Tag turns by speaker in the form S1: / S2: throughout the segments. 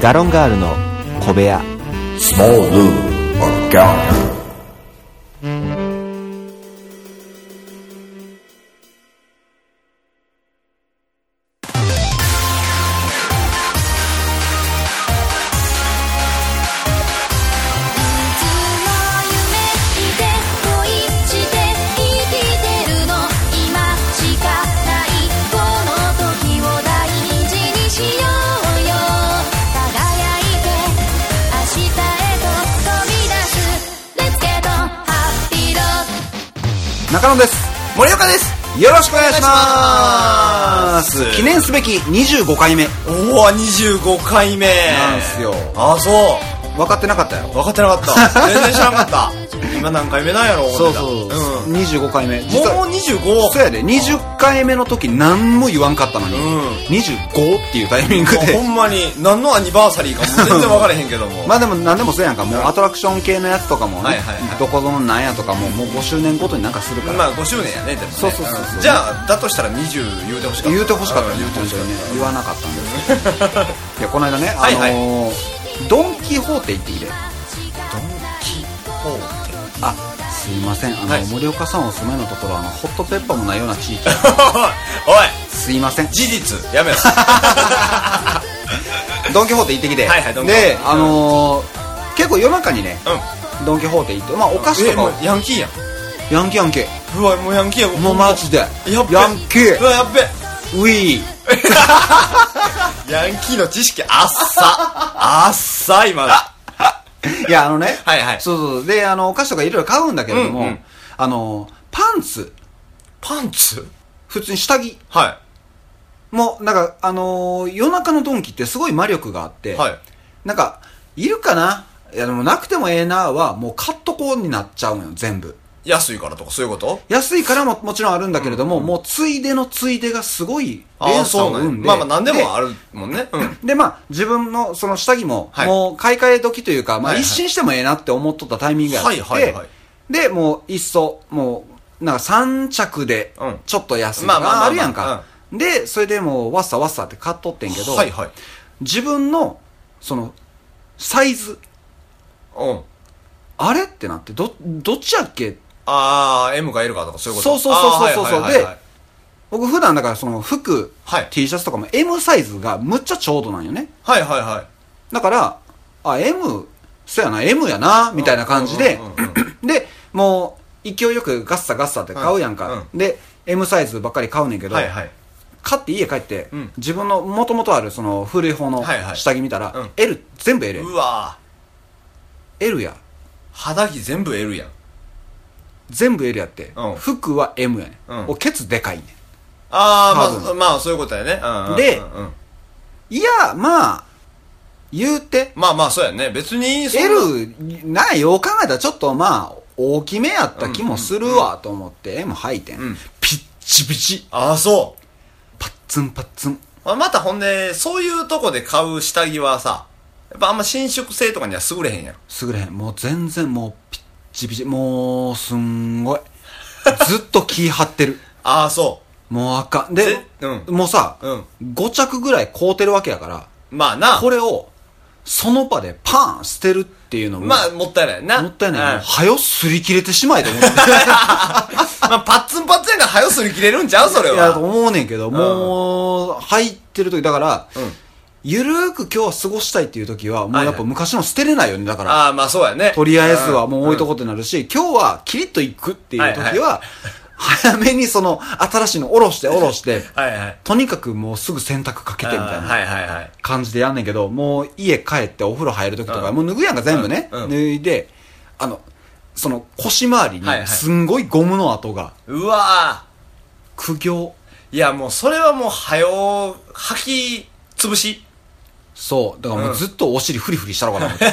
S1: ガロンガールの小部屋
S2: Small Lou or Gallo.
S3: いつも夢見て恋して生きてるの今しかないこの時を大事にしようよ輝いて明日へと飛び出す Let's get on Happy Road
S4: 中野です
S5: 森岡です
S4: よろしくお願いしま
S5: お願いします
S4: す記念すべき25回目
S5: おお25回目
S4: なんすよ
S5: あそう
S4: 分かってなかったよ
S5: 分かってな かった全然知らなかった今何回目なんやろ
S4: そうそう、
S5: 思って
S4: 25回目実
S5: たうん、も
S4: は
S5: う25
S4: そうやで20回目の時何も言わんかったのに、
S5: ん
S4: 25っていうタイミング
S5: もうほ
S4: で
S5: んまに何のアニバーサリーかもう全然分からへんけども
S4: まあでも何でもそうやんかもうアトラクション系のやつとかもね、
S5: はいはいはい
S4: どこぞのなんやとかももう5周年ごとになんかするから、
S5: まあ5周年やねでもね
S4: そうそうそうそうん
S5: じゃあだとしたら20言うてほしかった
S4: 言うてほしかった
S5: うん
S4: ね
S5: 言うてほしかっ
S4: 本当にね言わなかったんですけどいやこの間ね、
S5: はいはい
S4: あのードン・キホーテ行ってきてあすいませんあの、
S5: はい
S4: 森岡さんお住まいのところあのホットペッパーもないような地 域
S5: た おい
S4: すいません
S5: 事実や めろ
S4: ドン・キホーテ行ってきて
S5: はいはいドンキホーテ
S4: であのー結構夜中にねドン・キホーテ行って、まあ、お菓子
S5: え
S4: とか
S5: も
S4: を
S5: うヤンキーやん
S4: ヤンキーヤンキー
S5: うわもうヤンキーや
S4: もうマジでヤン
S5: やっべ
S4: キー
S5: う わやっべ
S4: ウィー
S5: ヤンキーの知識あ っさ。あっさ、今だ。
S4: いや、あのね。
S5: はいはい
S4: そうそう。で、あの、お菓子とかいろいろ買うんだけれども、
S5: うんうん
S4: あの、パンツ、
S5: パンツ
S4: 普通に下着
S5: は
S4: も、なんか、あのー夜中のドンキってすごい魔力があって、
S5: はい
S4: なんか、いるかないや、でもなくてもええなは、もう買っとこうになっちゃうのよ、全部。
S5: い。安いからとかそういうこと
S4: 安いからももちろんあるんだけれども、もうついでのついでがすごい連鎖を
S5: な
S4: 生
S5: ん
S4: んで。
S5: まあまあ何でも
S4: る
S5: あるもんね。 うん。
S4: で、まあ、自分のその下着も、
S5: はい
S4: もう買い替え時というか、まあ、
S5: はいはい
S4: 一新してもええなって思っとったタイミングやって、
S5: はいはいはい
S4: で、もう、いっそ、もう、なんか3着で
S5: うん、
S4: ちょっと安い
S5: まあ
S4: と
S5: まあ
S4: か
S5: まあまあ
S4: あるやんか。で、それでもう、わっさわっさって買っとってんけど、
S5: はいはい。
S4: 自分の、その、サイズ、
S5: うん。
S4: あれってなって、ど、どっちやっけ
S5: あー、M がいるかとかそういうこと
S4: そうそうそうそうそう
S5: あーはいはいはいはい
S4: 僕普段だからその服、
S5: はい
S4: T シャツとかも M サイズがむっちゃちょうどなんよね。
S5: はいはいはい。
S4: だから、あ、M、そやな、M やな、みたいな感じで
S5: うんうん、
S4: で、もう、勢いよくガッサガッサって買うやん
S5: うん
S4: か。で、M サイズばっかり買うねんけど、
S5: はいはい。
S4: 買って家帰って
S5: うん、
S4: 自分の元々あるその古い方の
S5: はいはい
S4: 下着見た
S5: う
S4: ら
S5: ん、
S4: L、全部 L や
S5: うわ
S4: L や。
S5: ー、肌着全部 L やん。
S4: 全部 L やって
S5: うん、
S4: 服は M やね
S5: うん
S4: ん。おケツでかいね
S5: あー、
S4: 多
S5: まあ、まあそういうことやね。うんうんうん
S4: で
S5: うん
S4: ん。いや、まあ、言うて、
S5: まあまあそうやね。別にそんな、
S4: L ないよう考えたらちょっとまあ大きめやった気もするわと思って M 履いてん、
S5: うん
S4: ピッチピチ
S5: あー、そう。
S4: パッツンパッツン
S5: まあ、またほんで、そういうとこで買う下着はさ、やっぱあんま伸縮性とかには優れへんやん。
S4: 優れへんもう全然もうピッチピチもうすん ごいずっと気張ってる
S5: ああ、そ
S4: もうあかんで
S5: ぜ、う
S4: もうさ、
S5: うん
S4: 5着ぐらい買うてるわけやから
S5: う。まあな。
S4: これをその場でパーン捨てるっていうのも、
S5: まあ、もったいないな。
S4: もったいない、
S5: うん
S4: もう早よすり切れてしまえと 思って
S5: まあ、パッツンパッツンやから早すり切れるんちゃうそ れ
S4: いや、と
S5: は。
S4: 思うねんけど、もう、入ってる時、だから、
S5: うん
S4: ゆるーく今日は過ごしたいっていう時は、もうやっ
S5: はい
S4: ぱ
S5: はい
S4: 昔の捨てれないよね、だから。
S5: ああ、まあそうやね。
S4: とりあえずはもう置いと
S5: こ
S4: こうってなるし、今日はキリッといくっていう時は、
S5: はいは
S4: 早めにその、新しいのおろしておろして、
S5: はいはい。
S4: とにかくもうすぐ洗濯かけてみたい
S5: は
S4: ない
S5: はいはい。
S4: 感じでやんねんけど、もう家帰ってお風呂入る時とか、
S5: うん
S4: もう脱ぐやんか全部ね、
S5: うんうん
S4: 脱いで、あの、その腰回り
S5: はいは
S4: に
S5: い
S4: すんごいゴムの跡が、
S5: うわ
S4: 苦行。
S5: ーいや、もうそれはもう、はよ、吐き、潰し。
S4: そう。だからもうずっとお尻フリフリしたのかな思って。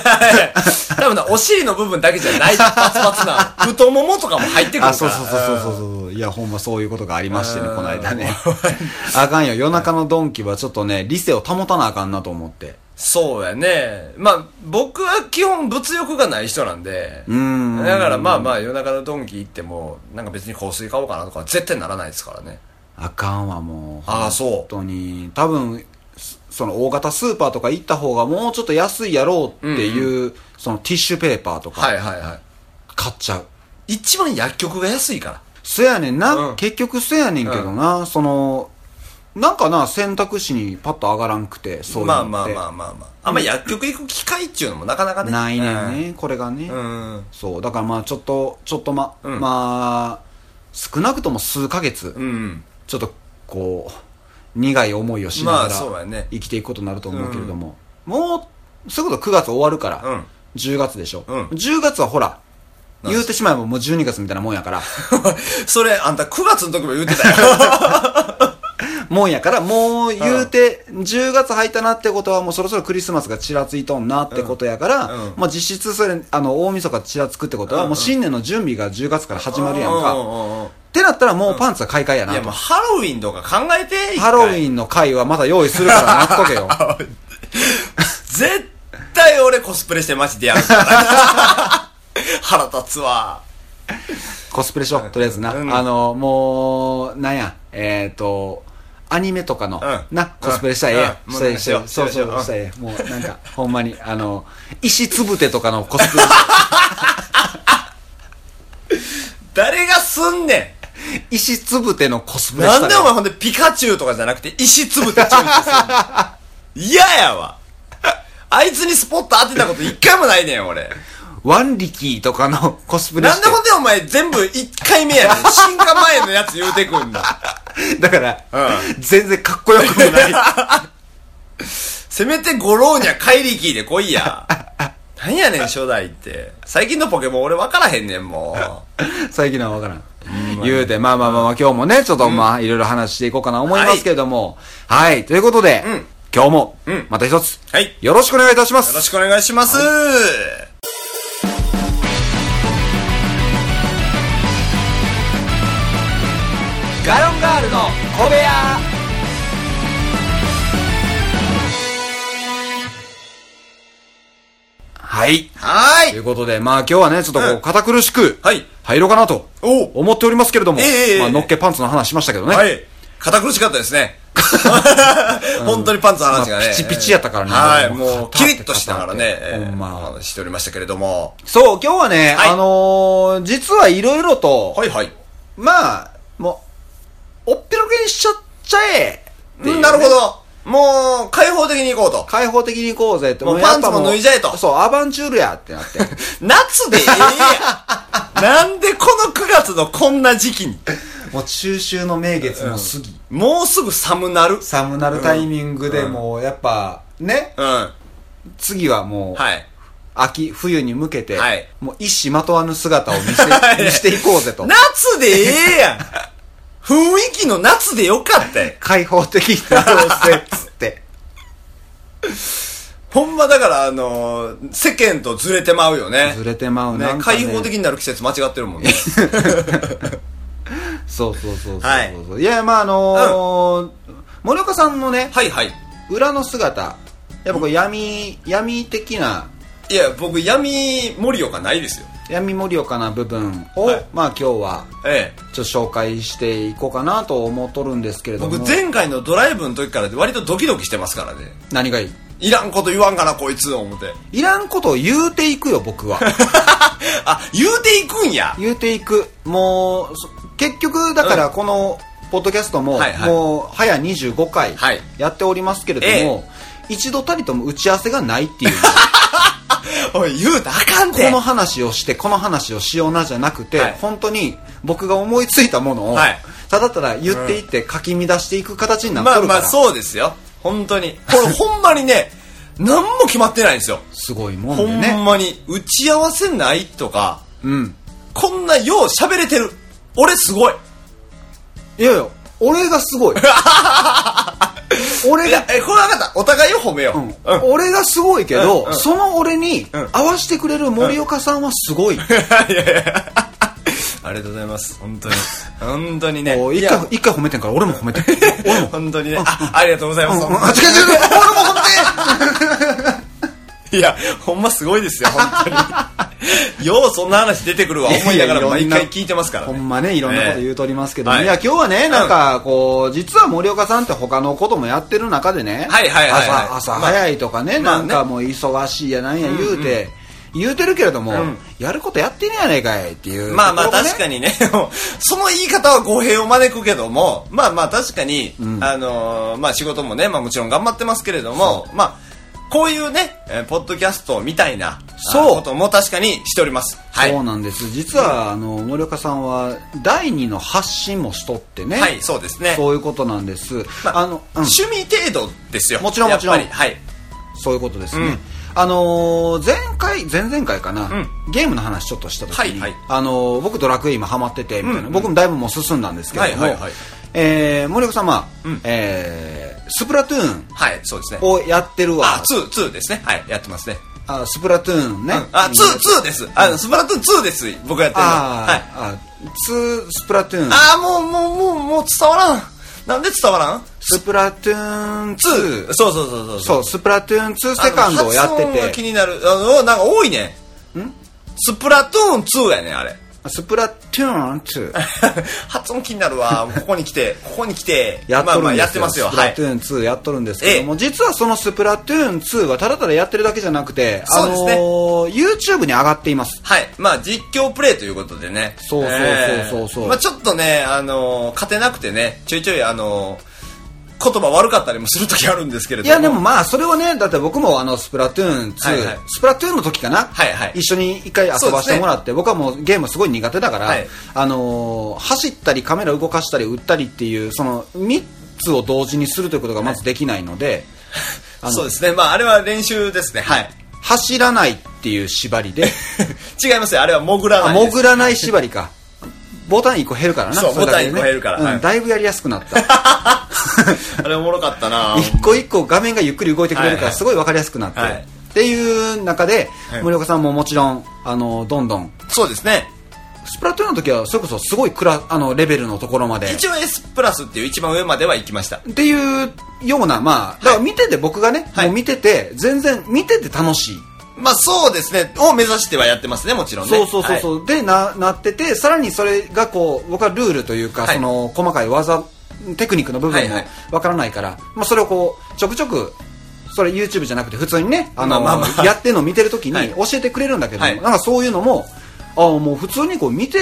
S5: 多分な、お尻の部分だけじゃない。パツパツな。太ももとかも入ってくるから。
S4: あ、そうそうそうそう
S5: う。
S4: そうんそう、いや、ほんまそういうことがありましてね、
S5: うん
S4: この間ね。 あかんよ、夜中のドンキはちょっとね、理性を保たなあかんなと思って。
S5: そうやね。まあ、僕は基本物欲がない人なんで。
S4: うん
S5: だからまあまあ、夜中のドンキ行っても、なんか別に香水買おうかなとかは絶対ならないですからね。
S4: あかんわ、もう。
S5: あーそう
S4: 本当に。多分、そその大型スーパーとか行った方がもうちょっと安いやろうっていう、そのティッシュペーパーと
S5: は
S4: か
S5: いはいは
S4: 買っちゃう。
S5: い。一番薬局が安いから。
S4: そやねんな、
S5: うん
S4: 結局そやねんけどな、その、なんかな、選択肢にパッと上がらんくて、そういうのっ
S5: まあ
S4: て。
S5: まあまあまあまあ。あんま薬局行く機会っていうのもなかなかね。
S4: ないねんね、これがね。
S5: うん。うん。
S4: そう、だからまあちょっと、ちょっとま、
S5: うん
S4: まあ、少なくとも数ヶ月、
S5: うん。
S4: ちょっとこう、苦い思いをしながら、
S5: まあそうやね
S4: 生きていくことになると思うけれども、もう、そういうこと9月終わるから、
S5: うん
S4: 10月でしょ、
S5: うん
S4: 10月はほら、
S5: 何
S4: 言うてしまえばもう12月みたいなもんやから、
S5: それ、あんた9月の時も言ってたよ。
S4: もんやから、もう言うて、10月入ったなってことは、もうそろそろクリスマスがちらついとんなってことやから、
S5: うんうん
S4: まあ実質それ、あの、大晦日ちらつくってことは、
S5: うんうん
S4: もう新年の準備が10月から 始まるやんか。
S5: ううんうんうん
S4: ってなったらもうパンツは買い替えやなと
S5: いや、もうハロウィンとか考えて。
S4: ハロウ
S5: ン。
S4: ィンの会はまだ用意するからなっとけよ。
S5: 絶対俺コスプレしてマジでやるから。 腹立つわ。
S4: コスプレしよう、とりあえずな。
S5: うん
S4: あの、もう、なんや、えっ、と、アニメとかの、
S5: うん
S4: な、コスプレしたらええや
S5: うん
S4: ん。したらええ
S5: うんしよう
S4: そう
S5: しよ
S4: そうう
S5: しよう、
S4: したらええ。もうなんか、ほんまに、あの、石つぶてとかのコス プレ、
S5: 誰がすんね
S4: 石つぶてのコス
S5: ん。
S4: プレした
S5: な
S4: らえ
S5: んで
S4: え
S5: お前ほんでピカチュウとかじゃなくて石つぶってチュウってすんの嫌やわ。あいつにスポット当てたこと一回もないねん、俺。
S4: ワンリキーとかのコスプレ
S5: なん
S4: して
S5: でほんでお前全部一回目やねん。進化前のやつ言うてくんだ。
S4: だから、
S5: う
S4: 全然かっこよくもない。
S5: せめてゴローニャ怪力で来いや。なんやねん、初代って。最近のポケモン俺分からへんねん、もう。
S4: 最近のはわからん。言うて、まあまあまあまあ、今日もね、ちょっとまあ、いろいろ話していこうかな思いますけれども。はい、ということで、
S5: うん
S4: 今日も
S5: うん、
S4: また一つ、
S5: はい
S4: よろしくお願いいたします。
S5: よろしくお願いします。
S4: ガロンガールの小部屋はい。
S5: は
S4: とい
S5: ーい。
S4: うことで、まあ今日はね、ちょっとこ
S5: うん
S4: う、堅苦しく、
S5: はい
S4: 入ろうかなと、
S5: おう
S4: 思っておりますけれども、
S5: ええええ
S4: まあ、のっけパンツの話しましたけどね。
S5: はい。堅苦しかったですね。本当にパンツの話がね。
S4: まあピチピチやったからね
S5: はい。
S4: もう
S5: もう、キリッとしながらね、
S4: ほんま
S5: えーお話ししておりましたけれども。
S4: そう、今日はね、
S5: はい
S4: あのー実はいろいろと、
S5: はいはい。
S4: まあ、もう、おっぴろげにしちゃっちゃえっていうね
S5: なるほど。もう、開放的に行こうと。
S4: 開放的に行こうぜって。
S5: もう
S4: やっぱ
S5: パンツも脱いじゃえと
S4: そう、アバンチュールやってなっ て。
S5: 夏でええやん なんでこの9月のこんな時期に。
S4: もう中秋の名月も過ぎ。
S5: もうすぐ寒なる。
S4: 寒なるタイミングで
S5: うん
S4: もうやっぱね、
S5: うん。は
S4: 次はもう
S5: い。
S4: 秋、冬に向けて
S5: はい、
S4: もう一糸まとわぬ姿を見せ
S5: はい
S4: 見していこうぜと。
S5: 夏でええ やん雰囲気の夏でよかったよ。
S4: 開放的になろうぜ、つって。
S5: ほんまだから、あのー世間とずれてまうよね。
S4: ずれてまう
S5: ね
S4: なんか
S5: 開放的になる季節間違ってるもん ね。
S4: そうそうそうそう
S5: はい
S4: そう。いや、まああのー、森岡さんのね、
S5: はいはい。
S4: 裏の姿、やっぱこう闇、闇的ない
S5: や、僕、闇森岡ないですよ。
S4: 闇盛岡な部分を、
S5: はい
S4: まあ今日は
S5: ええ。
S4: ちょっと紹介していこうかなと思っとるんですけれども
S5: 僕、前回のドライブの時から割とドキドキしてますからね。
S4: 何がいい
S5: いらんこと言わんかな、こいつ、思って。
S4: いらんことを言うていくよ僕 は
S5: あ、言うていくんや。
S4: 言うていくもうそ結局だからこのポッドキャストも、
S5: はいはい
S4: もう早25回
S5: はい
S4: やっておりますけれども、一度たりとも打ち合わせがないっていう
S5: おい、言うたらあかんて。
S4: この話をしてこの話をしようなじゃなくて、
S5: はい
S4: 本当に僕が思いついたものを、
S5: はい
S4: ただただ言っていって書き乱していく形になっ
S5: ま
S4: と
S5: あ
S4: るから、
S5: まあ、そうですよ。本当に。これ、ほんま にね、何も決まってないんですよ。
S4: すごいもん
S5: ほ
S4: で
S5: ん
S4: ね
S5: まに、打ち合わせないとか、
S4: うん
S5: こんなよう喋れてる。俺すごい。
S4: いやいや、俺がすご い。俺
S5: い
S4: が
S5: や、、え、これは分かった。お互いを褒めよう。
S4: う
S5: うんん。
S4: 俺がすごいけど、
S5: うんうん
S4: その俺に
S5: ん
S4: 合わせてくれる森岡さんはすごい。
S5: ありがとうございます。本当に。本当にね。
S4: おい
S5: い
S4: 一
S5: や
S4: 回、一回褒めてんから、俺も褒めて。 俺も。
S5: 本当にね。あ、ありがとうございます。
S4: あ、違う違う違う俺も褒めて
S5: いや、ほんますごいですよ、本当に。 ようそんな話出てくるわ思いなが
S4: いやい
S5: ら毎
S4: やいろんな
S5: 回聞いてますから
S4: ほ
S5: ね
S4: んまね、いろんなこと言うとりますけど、
S5: ええはい
S4: いや、今日はね、なんか、こう、実は森岡さんって他のこともやってる中でね、
S5: はいはいはいはい
S4: 朝、朝早いとかね、
S5: まあ
S4: なんかもう忙しいやなんや言うて、言うてるけれども、
S5: うん
S4: やることやってねえやないかいっていう。
S5: まあまあ
S4: ところがね
S5: 確かにね、 その言い方は語弊を招くけども、まあまあ確かに、あのーまあ仕事もね、まあもちろん頑張ってますけれども、まあ、こういうね、えーポッドキャストみたいな、
S4: そう
S5: あことも確かにしております。はい。
S4: そうなんです。実は、あの、森岡さんは、第二の発信もしとってね。
S5: はい、そうですね。
S4: そういうことなんです。
S5: ま
S4: あの、うん
S5: 趣味程度ですよ。
S4: もちろん
S5: やっぱり
S4: もちろん
S5: はい。
S4: そういうことですね。
S5: うん
S4: あのー前回、前々回かな、
S5: ん
S4: ゲームの話ちょっとした時に、
S5: はいはい
S4: あのー僕ドラクエ今ハマってて、みたいな、
S5: うんうん
S4: 僕もだいぶもう進んだんですけれども、
S5: はいはいはい
S4: えー森岡様、
S5: うん
S4: えースプラトゥーン
S5: はい、そうですね。
S4: をやってるわ
S5: あ、。2、2ですね。はい、やってますね。
S4: あスプラトゥーンね。
S5: うんあ、2、2です。あの、スプラトゥーン2です。僕やってるのは。はい。
S4: あー、あー、2スプラトゥーン。
S5: あー、もう、もう、もう、もう伝わらん。なんで伝わらん
S4: スプラトゥーン2。
S5: そうそうそうそう
S4: そう、スプラトゥーン2セカンドをやっ
S5: あの発音が
S4: てて、
S5: 気になるあのなんか多いねんスプラトゥーン2やねんあれ
S4: スプラトゥーン2。
S5: 発音気になる わここに来てここに来て
S4: やっと
S5: まあま
S4: る
S5: あ
S4: んで
S5: やっ
S4: す
S5: て
S4: よ、
S5: ますよ
S4: スプ
S5: は
S4: ラ
S5: い
S4: トゥーン2やっとるんですけども、実はそのスプラトゥーン2はただただやってるだけじゃなくて、
S5: そうですね
S4: あのー YouTube に上がっています。
S5: はい。まあ、実況プレイということでね。
S4: そうそうそう
S5: ええ
S4: そうそう
S5: まあ、ちょっとね、あのー勝てなくてね、ちょいちょい、あのー言葉悪かったりもするときあるんですけれど
S4: い
S5: も。
S4: やでもまあそれはねだって僕もあのスプラトゥーン2、
S5: はいはい
S4: スプラトゥーンの時かな、
S5: はいはい
S4: 一緒に一回遊ばせてもらって、僕はもうゲームすごい苦手だから、
S5: はい
S4: あのー走ったりカメラ動かしたり打ったりっていうその3つを同時にするということがまずできないので、あの
S5: そうですね。まあ、あれは練習ですね。はい。
S4: 走らないっていう縛りで。
S5: 違いますよ。あれは潜らない
S4: あ
S5: です。
S4: 潜らない縛りか。ボタン1個減るからな。
S5: そう
S4: れだけで
S5: ボタン一個減るから
S4: うん
S5: はい
S4: だいぶやりやすくな った。
S5: あれおもろかったな
S4: 一個一個画面がゆっくり動いてくれるか
S5: はいは
S4: ら
S5: い
S4: すごいわかりやすくなって。
S5: はい
S4: っていう中で
S5: はい、
S4: 森岡さんももちろん、あの、どんどん、
S5: そうですね。
S4: スプラトゥーンの時はそれこそすごいクラ、あの、レベルのところまで。
S5: 一応 S プラスっていう一番上までは行きました。
S4: っていうような、まあ、だから見てて僕がね、
S5: はい
S4: もう見てて、全然見てて楽しい。
S5: まあそうですね。を目指してはやってますね、もちろんね。。
S4: そうそうそうそうう、でななっててさらにそれがこう僕はルールというか、
S5: はい
S4: その細かい技テクニックの部
S5: は
S4: 分
S5: い
S4: も
S5: はい
S4: わからないから、まあ、それをこうちょくちょくそれ YouTube じゃなくて普通にねあの、
S5: まあまあまあ
S4: やってるのを見てるときに
S5: はい
S4: 教えてくれるんだけども、
S5: はい
S4: なんかそういうのもああもう普通にこう見て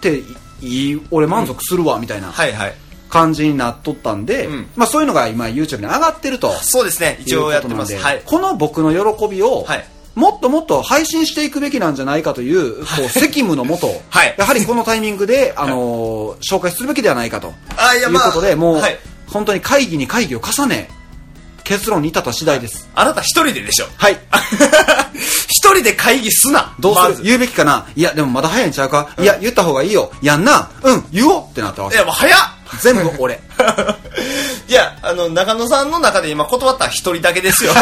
S4: ていい俺満足するわみたいな
S5: はいはい。
S4: 感じになっとったんで、
S5: うん
S4: まあ、そういうのが今 YouTube に上がってると。
S5: そうですね。一応やってます。
S4: いう
S5: はい。
S4: ことなんでこの僕の喜びを、
S5: はい
S4: もっともっと配信していくべきなんじゃないかという、こう、責務のもと、
S5: はい
S4: やはりこのタイミング で、あのー紹介するべきではないかと。
S5: あいやま
S4: い
S5: あ
S4: うことで、もう、
S5: はい
S4: 本当に会議に会議を重ね、結論に至った次第です。
S5: あなた一人ででしょ。
S4: はい。
S5: 一人で会議すな。
S4: どう
S5: ます
S4: る、
S5: ずい
S4: 言うべきかないや、でもまだ早いんちゃうか、いや、言った方がいいよ。やんな。うん、言おうってなったわけ。
S5: や、もう早っ
S4: 全部 俺。
S5: いや、あの、中野さんの中で今断ったん一人だけ ですよ。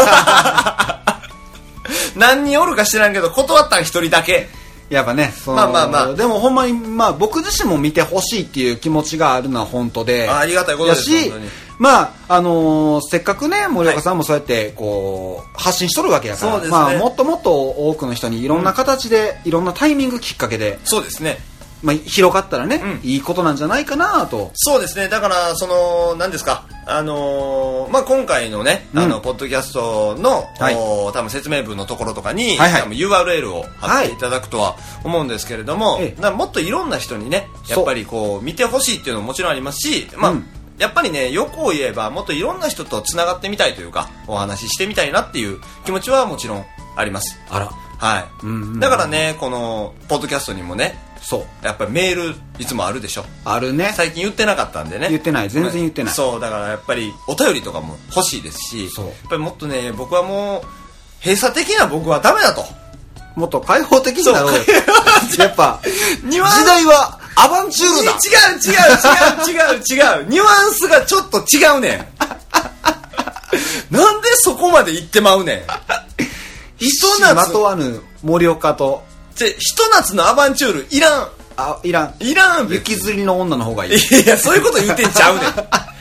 S5: 何人おるか知らんけど、断ったん一人だけ。
S4: やっぱね、その
S5: まあまあまあ
S4: でもほんまに、まあ僕自身も見てほしいっていう気持ちがあるのは本当で。
S5: あありがたいことです
S4: やし
S5: 本当に、
S4: まあ、あのーせっかくね、森岡さんもそうやって、こう、発信しとるわけやから、
S5: そうですね
S4: まあもっともっと多くの人にいろんな形で、いろんなタイミングきっかけで、
S5: そうですね。
S4: まあ広がったらね、
S5: うん
S4: いいことなんじゃないかなと。
S5: そうですね、だから、その、何ですか、あのーまあ、今回のね、
S4: うん
S5: あの、ポッドキャストの、
S4: はい
S5: おー多分説明文のところとかに、
S4: はいはい
S5: 多分 URL を貼っていただくとは思うんですけれども、
S4: ええ
S5: なもっといろんな人にね、やっぱりこう、見てほしいっていうのももちろんありますし、まあ、
S4: うん
S5: やっぱりね、欲を言えば、もっといろんな人と繋がってみたいというか、お話ししてみたいなっていう気持ちはもちろんあります。
S4: あら。
S5: はい。
S4: うんうんうん
S5: だからね、この、ポッドキャストにもね、
S4: そう。
S5: やっぱりメール、いつもあるでしょ。
S4: あるね。
S5: 最近言ってなかったんでね
S4: 言ってない全然言ってない
S5: そうだからやっぱりお便りとかも欲しいですし
S4: そう
S5: やっぱりもっとね僕はもう閉鎖的な僕はダメだと
S4: もっと開放的になろうよ。 やっぱ、時
S5: ニュアンス
S4: 代はアバンチュールだ
S5: 違う違う違う違う違うニュアンスがちょっと違う ねんなんでそこまで言ってまうねん
S4: 一
S5: 一
S4: 心ま
S5: 夏
S4: とわぬ森岡と、
S5: ちょひと夏のアバンチュールいらん
S4: あ、いらん。
S5: いらん別に
S4: 雪吊りの女の方がいい。
S5: いや、そういうこと言ってんちゃうねん。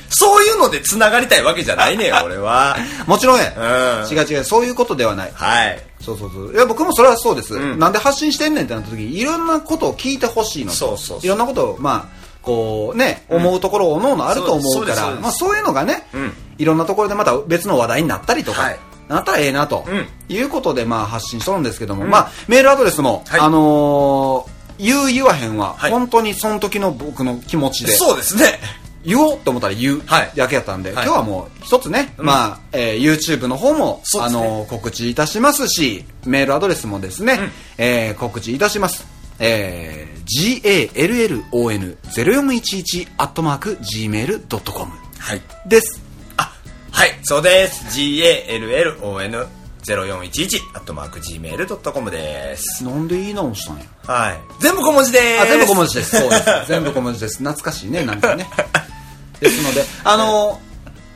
S5: そういうので繋がりたいわけじゃないねよ、俺 は。
S4: もちろんね、
S5: うん
S4: 違う違う、そういうことではない。
S5: はい。
S4: そうそうそう。いや、僕もそれはそうです。
S5: ん
S4: なんで発信してんねんってなった時に、いろんなことを聞いてほしいのと。
S5: そうそうそう
S4: いろんなことを、まあ、こうね、思うところ、おのおのあると思
S5: そうう
S4: か
S5: ですそう
S4: ら、
S5: です
S4: まあそういうのがね、
S5: うん
S4: いろんなところでまた別の話題になったりとか、
S5: はい
S4: なったらええなと、
S5: うん
S4: いうことで、まあ発信しとるんですけども、まあメールアドレスも、
S5: はい
S4: あのー言う言わへんは、
S5: はい
S4: 本当にその時の僕の気持ちで、
S5: そうですね。
S4: 言おうと思ったら言う
S5: はい
S4: だけやったんで、
S5: はい
S4: 今日はもう一つね、まあ、えー YouTube の方も、
S5: そう
S4: あ
S5: ですね
S4: の、告知いたしますし、メールアドレスもですね、
S5: ん
S4: えー告知いたします。えー、gallon0411-gmail.com
S5: はい。
S4: です。
S5: あ、はい、そうです。gallon0411-gmail.com です。
S4: なんで言い直したんや。
S5: はい。全部小文字です。
S4: あ、全部小文字です。そうです。全部小文字です。懐かしいね、なんか ね。ですので、あの、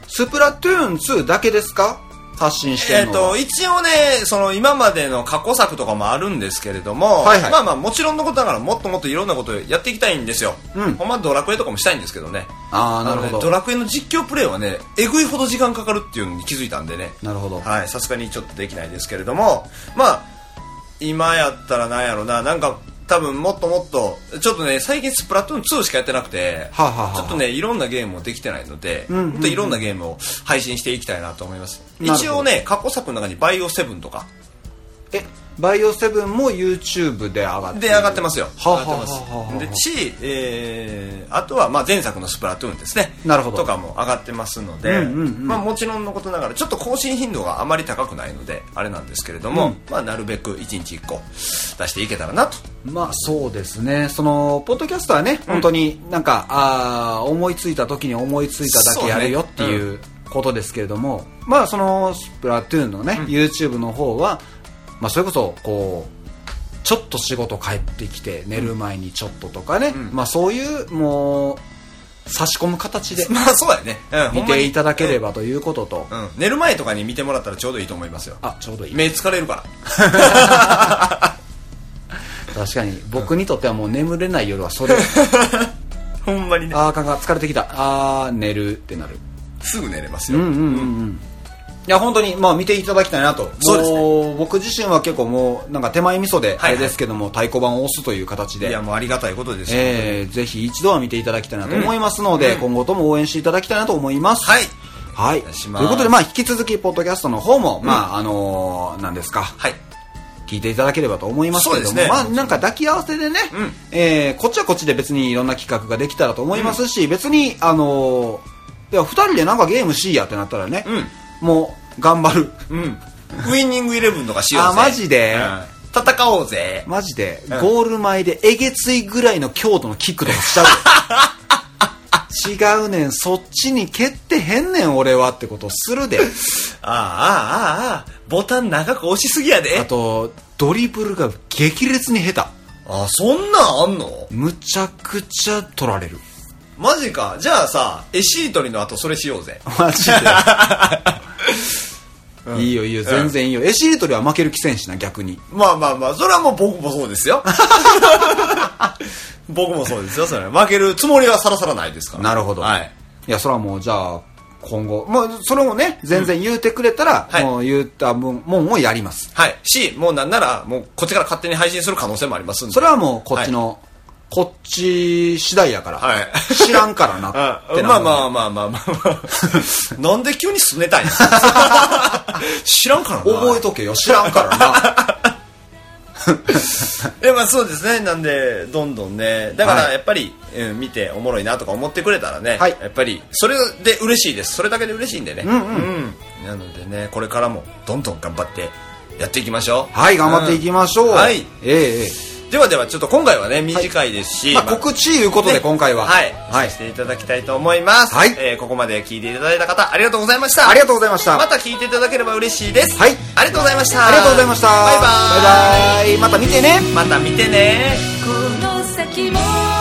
S4: スプラトゥーン2だけですか発信して
S5: え
S4: る
S5: っ
S4: のは。
S5: と、一応ね、その今までの過去作とかもあるんですけれども、
S4: はいはい
S5: まあまあもちろんのことだからもっともっといろんなことやっていきたいんですよ。
S4: うん
S5: ほんまドラクエとかもしたいんですけどね。
S4: あーなるほど
S5: あのねドラクエの実況プレイはね、えぐいほど時間かかるっていうのに気づいたんでね。
S4: なるほど
S5: はい、さすがにちょっとできないですけれども、まあ、今やったらなんやろな、なんか、多分もっともっと、ちょっとね、最近スプラトゥーン2しかやってなくて、
S4: はあはあはあ
S5: ちょっとね、いろんなゲームもできてないので、
S4: んうんうん
S5: ほんといろんなゲームを配信していきたいなと思います。
S4: なるほど
S5: 一応ね、過去作の中にバイオセブンとか、
S4: えバイオセブンも YouTube で上がって
S5: で、上がってますよ。
S4: はあはあ
S5: 上がって
S4: はあはあはあ
S5: ます。で、し、えー、あとは、まあ、前作のスプラトゥーンですね。
S4: なるほど
S5: とかも上がってますので、
S4: うんうんうん
S5: まあ、もちろんのことながら、ちょっと更新頻度があまり高くないので、あれなんですけれども、
S4: うん
S5: まあ、なるべく1日1個出していけたらなと。
S4: まあそうですねそのポッドキャストはね、本当になんかあー思いついた時に思いついただけやるよって
S5: そうね
S4: いうことですけれども、まあそのスプラトゥーンのね、YouTube の方はまあそれこそこうちょっと仕事帰ってきて寝る前にちょっととかね、
S5: ん
S4: まあそういうもう差し込む形 で
S5: まあ、そうやね。うん、
S4: 見ていただけれ
S5: ば。
S4: ばということと、
S5: うん、寝る前とかに見てもらったらちょうどいいと思いますよ。
S4: あちょうどいい
S5: 目疲れるから。
S4: 確かに僕にとってはもう眠れない夜はそれ
S5: ほんまにね。
S4: ああかんか疲れてきたああ寝るってなる
S5: すぐ寝れますよ。
S4: うんうんうんうんいや本当にまあ見ていただきたいなと
S5: そうですね
S4: もう僕自身は結構もうなんか手前味噌であ
S5: はい
S4: れですけども、太鼓判を押すという形
S5: い
S4: で
S5: や、もうありがたいことですよ。
S4: えーぜひ一度は見ていただきたいなと思いますので、今後とも応援していただきたいなと思います
S5: はい
S4: はい
S5: お
S4: と
S5: 願い
S4: い
S5: します
S4: うことでまあ引き続きポッドキャストの方も、まああのー、何ですか
S5: はい。
S4: 聞いていただければと思いますけれど
S5: そう
S4: も、
S5: ですね
S4: まあなんか抱き合わせでね、
S5: うん
S4: えーこっちはこっちで別にいろんな企画ができたらと思いますし、別にあのーいや2人でなんかゲームしいやってなったらね、もう頑張る
S5: うん。ウィニングイレブンとかしようぜ。
S4: あマジで
S5: うん戦おうぜ。
S4: マジで、
S5: ん
S4: ゴール前でえげついぐらいの強度のキックとかしちゃ うよ違うねんそっちに蹴ってへんねん俺はってことをするで
S5: ああああああボタン長く押しすぎやで
S4: あとドリブルが激烈に下
S5: あそんなんあんの
S4: 手むちゃくちゃ取られる
S5: マジかじゃあさエシートリの後それしよ うぜ
S4: マジで、いいよいいよ全然いいよ、エシリトリは負ける気せんしな逆に
S5: まあまあまあそれはもう僕もそうです よ僕もそうですよそれ負けるつもりはさらさらないですから
S4: なるほど、
S5: はい、
S4: やそれはもうじゃあ今後まあそれもね全然言うてくれたら、
S5: はい
S4: もう言ったもんもんをやります
S5: はい、しもうなんならもうこっちから勝手に配信する可能性もありますんで
S4: それはもうこっちの、こっち次第やから、
S5: はい
S4: 知らんからな
S5: あ
S4: ってな
S5: まあまあまあまあまあまあ なんで急にすねたいの知らんからな
S4: 覚えとけよ知らんから な
S5: えまあそうですねなんでどんどんねだから
S4: はい
S5: やっぱり、うん見ておもろいなとか思ってくれたらね、
S4: はい
S5: やっぱりそれで嬉しいですそれだけで嬉しいんでね
S4: んうん
S5: うんなのでねこれからもどんどん頑張ってやっていきましょう
S4: はい頑張っていきましょう、
S5: うんはい
S4: えええ
S5: ではではちょっと今回はね短いです
S4: え
S5: し、
S4: まあ、告知いうことで
S5: ね
S4: 今回は、
S5: はい、
S4: は
S5: させていただきたいと思います、
S4: はい
S5: えーここまで聞いていただいた方ありがとうございました
S4: ありがとうございました
S5: また聞いていただければ嬉しいです
S4: はい
S5: ありがとうございました
S4: ありがとうございました
S5: バイバ
S4: バ
S5: イ
S4: イバイまた見てね
S5: また見てね
S3: この先も